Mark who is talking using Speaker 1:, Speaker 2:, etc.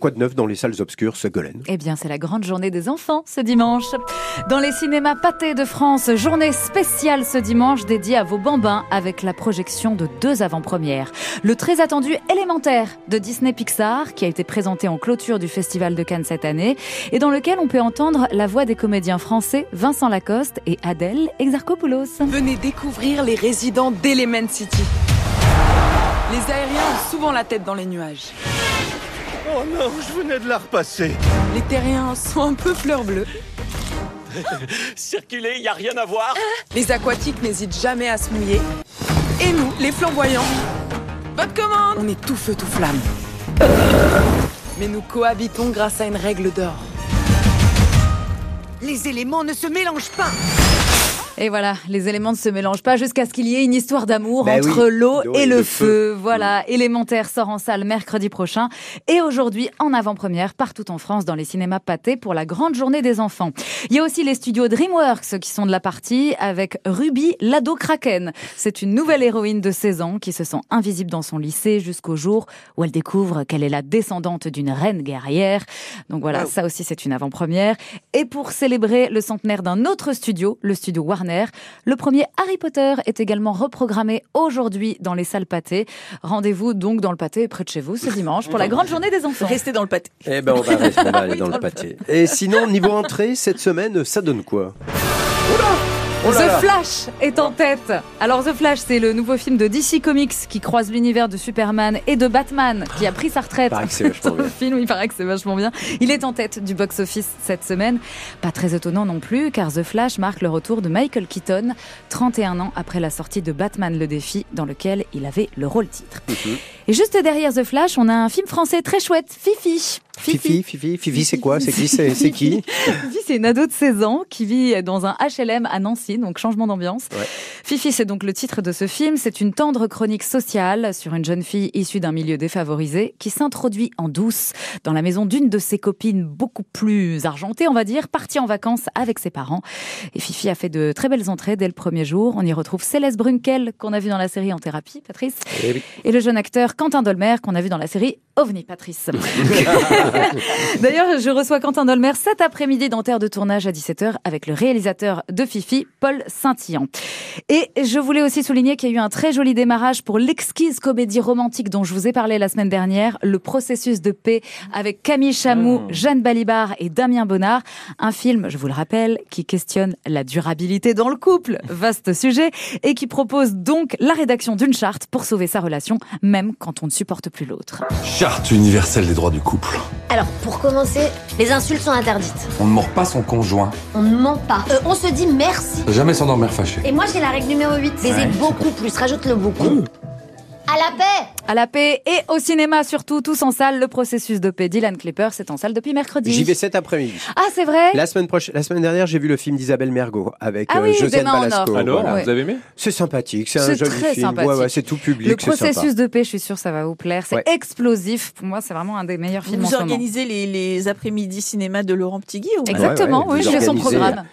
Speaker 1: quoi de neuf dans les salles obscures, Ségolène
Speaker 2: Eh bien, c'est la grande journée des enfants ce dimanche. Dans les cinémas pâtés de France, journée spéciale ce dimanche dédiée à vos bambins avec la projection de deux avant-premières. Le très attendu élémentaire de Disney Pixar qui a été présenté en clôture du Festival de Cannes cette année et dans lequel on peut entendre la voix des comédiens français Vincent Lacoste et Adèle Exarchopoulos.
Speaker 3: Venez découvrir les résidents d'Element City. Les aériens ont souvent la tête dans les nuages.
Speaker 4: Oh non, je venais de la repasser.
Speaker 3: Les terriens sont un peu fleurs bleues.
Speaker 5: Circuler, y a rien à voir.
Speaker 3: Les aquatiques n'hésitent jamais à se mouiller. Et nous, les flamboyants. Votre commande On est tout feu, tout flamme. Mais nous cohabitons grâce à une règle d'or.
Speaker 6: Les éléments ne se mélangent pas.
Speaker 2: Et voilà, les éléments ne se mélangent pas jusqu'à ce qu'il y ait une histoire d'amour
Speaker 1: Bah
Speaker 2: entre
Speaker 1: oui,
Speaker 2: l'eau
Speaker 1: l'eau
Speaker 2: et,
Speaker 1: et
Speaker 2: le
Speaker 1: le
Speaker 2: feu.
Speaker 1: feu.
Speaker 2: Voilà, élémentaire sort en salle mercredi prochain et aujourd'hui en avant-première partout en France dans les cinémas pâtés pour la grande journée des enfants. Il y a aussi les studios DreamWorks qui sont de la partie avec Ruby Lado Kraken. C'est une nouvelle héroïne de 16 ans qui se sent invisible dans son lycée jusqu'au jour où elle découvre qu'elle est la descendante d'une reine guerrière. Donc voilà, ça aussi c'est une avant-première. Et pour célébrer le centenaire d'un autre studio, le studio Warner, le premier Harry Potter est également reprogrammé aujourd'hui dans les salles pâtées. Rendez-vous donc dans le pâté près de chez vous ce dimanche pour la grande journée des enfants.
Speaker 3: Restez dans le pâté.
Speaker 1: Eh ben on va, rester- on va aller dans le pâté. Et sinon, niveau entrée, cette semaine, ça donne quoi Oh là là Oh.
Speaker 2: The Flash est en tête. Alors The Flash, c'est le nouveau film de DC Comics qui croise l'univers de Superman et de Batman qui a pris sa retraite.
Speaker 1: Paraît que c'est vachement
Speaker 2: Dans le
Speaker 1: bien.
Speaker 2: film, il paraît que c'est vachement bien. Il est en tête du box-office cette semaine. Pas très étonnant non plus, car The Flash marque le retour de Michael Keaton, 31 ans après la sortie de Batman le défi, dans lequel il avait le rôle titre.
Speaker 1: Mhm.
Speaker 2: Et juste derrière The Flash, on a un film français très chouette, Fifi.
Speaker 1: Fifi, Fifi, Fifi, c'est quoi C'est qui C'est c'est qui
Speaker 2: Fifi, c'est une ado de 16 ans qui vit dans un HLM à Nancy, donc changement d'ambiance.
Speaker 1: Ouais.
Speaker 2: Fifi, c'est donc le titre de ce film. C'est une tendre chronique sociale sur une jeune fille issue d'un milieu défavorisé qui s'introduit en douce dans la maison d'une de ses copines beaucoup plus argentée, on va dire, partie en vacances avec ses parents. Et Fifi a fait de très belles entrées dès le premier jour. On y retrouve Céleste Brunkel qu'on a vu dans la série En thérapie, Patrice,
Speaker 1: Eh oui.
Speaker 2: et le jeune acteur Quentin Dolmer qu'on a vu dans la série OVNI, Patrice. D'ailleurs, je reçois Quentin Dolmer cet après-midi dans Terre de tournage à 17h avec le réalisateur de Fifi, Paul Saint-Yan. Et je voulais aussi souligner qu'il y a eu un très joli démarrage pour l'exquise comédie romantique dont je vous ai parlé la semaine dernière, Le processus de paix, avec Camille Chamou, Jeanne Balibar et Damien Bonnard. Un film, je vous le rappelle, qui questionne la durabilité dans le couple, vaste sujet, et qui propose donc la rédaction d'une charte pour sauver sa relation, même quand on ne supporte plus l'autre.
Speaker 7: Charte universelle des droits du couple.
Speaker 8: Alors, pour commencer, les insultes sont interdites.
Speaker 7: On ne mord pas son conjoint.
Speaker 8: On ne ment pas. Euh, on se dit merci.
Speaker 7: Jamais s'endormir fâché.
Speaker 8: Et moi, j'ai la règle numéro 8. Baiser beaucoup plus, rajoute le beaucoup. À la paix
Speaker 2: À la paix et au cinéma surtout, tous en salle. Le processus de paix Dylan Clipper, c'est en salle depuis mercredi.
Speaker 1: J'y vais cet après-midi.
Speaker 2: Ah, c'est vrai
Speaker 1: La semaine prochaine, la semaine dernière, j'ai vu le film d'Isabelle Mergot avec
Speaker 2: Ah
Speaker 1: euh,
Speaker 2: oui,
Speaker 1: Josiane
Speaker 2: Demain en
Speaker 1: Balasco.
Speaker 2: or. Ah
Speaker 1: voilà.
Speaker 9: Alors,
Speaker 2: Ouais.
Speaker 9: vous avez aimé
Speaker 1: C'est sympathique, c'est
Speaker 2: C'est
Speaker 1: un joli
Speaker 2: très
Speaker 1: film. Ouais,
Speaker 2: sympathique.
Speaker 1: ouais, c'est tout public,
Speaker 2: Le
Speaker 1: c'est sympa.
Speaker 2: processus de paix, je suis sûre, ça va vous plaire. C'est
Speaker 1: Ouais.
Speaker 2: explosif. Pour moi, c'est vraiment un des meilleurs films en
Speaker 10: Vous
Speaker 2: ce moment.
Speaker 10: organisez les, les après-midi cinéma de Laurent Petit-Guy ou
Speaker 1: Ouais,
Speaker 2: Exactement,
Speaker 1: ouais,
Speaker 2: oui,
Speaker 1: vous
Speaker 2: j'ai son
Speaker 1: organisez.
Speaker 2: programme.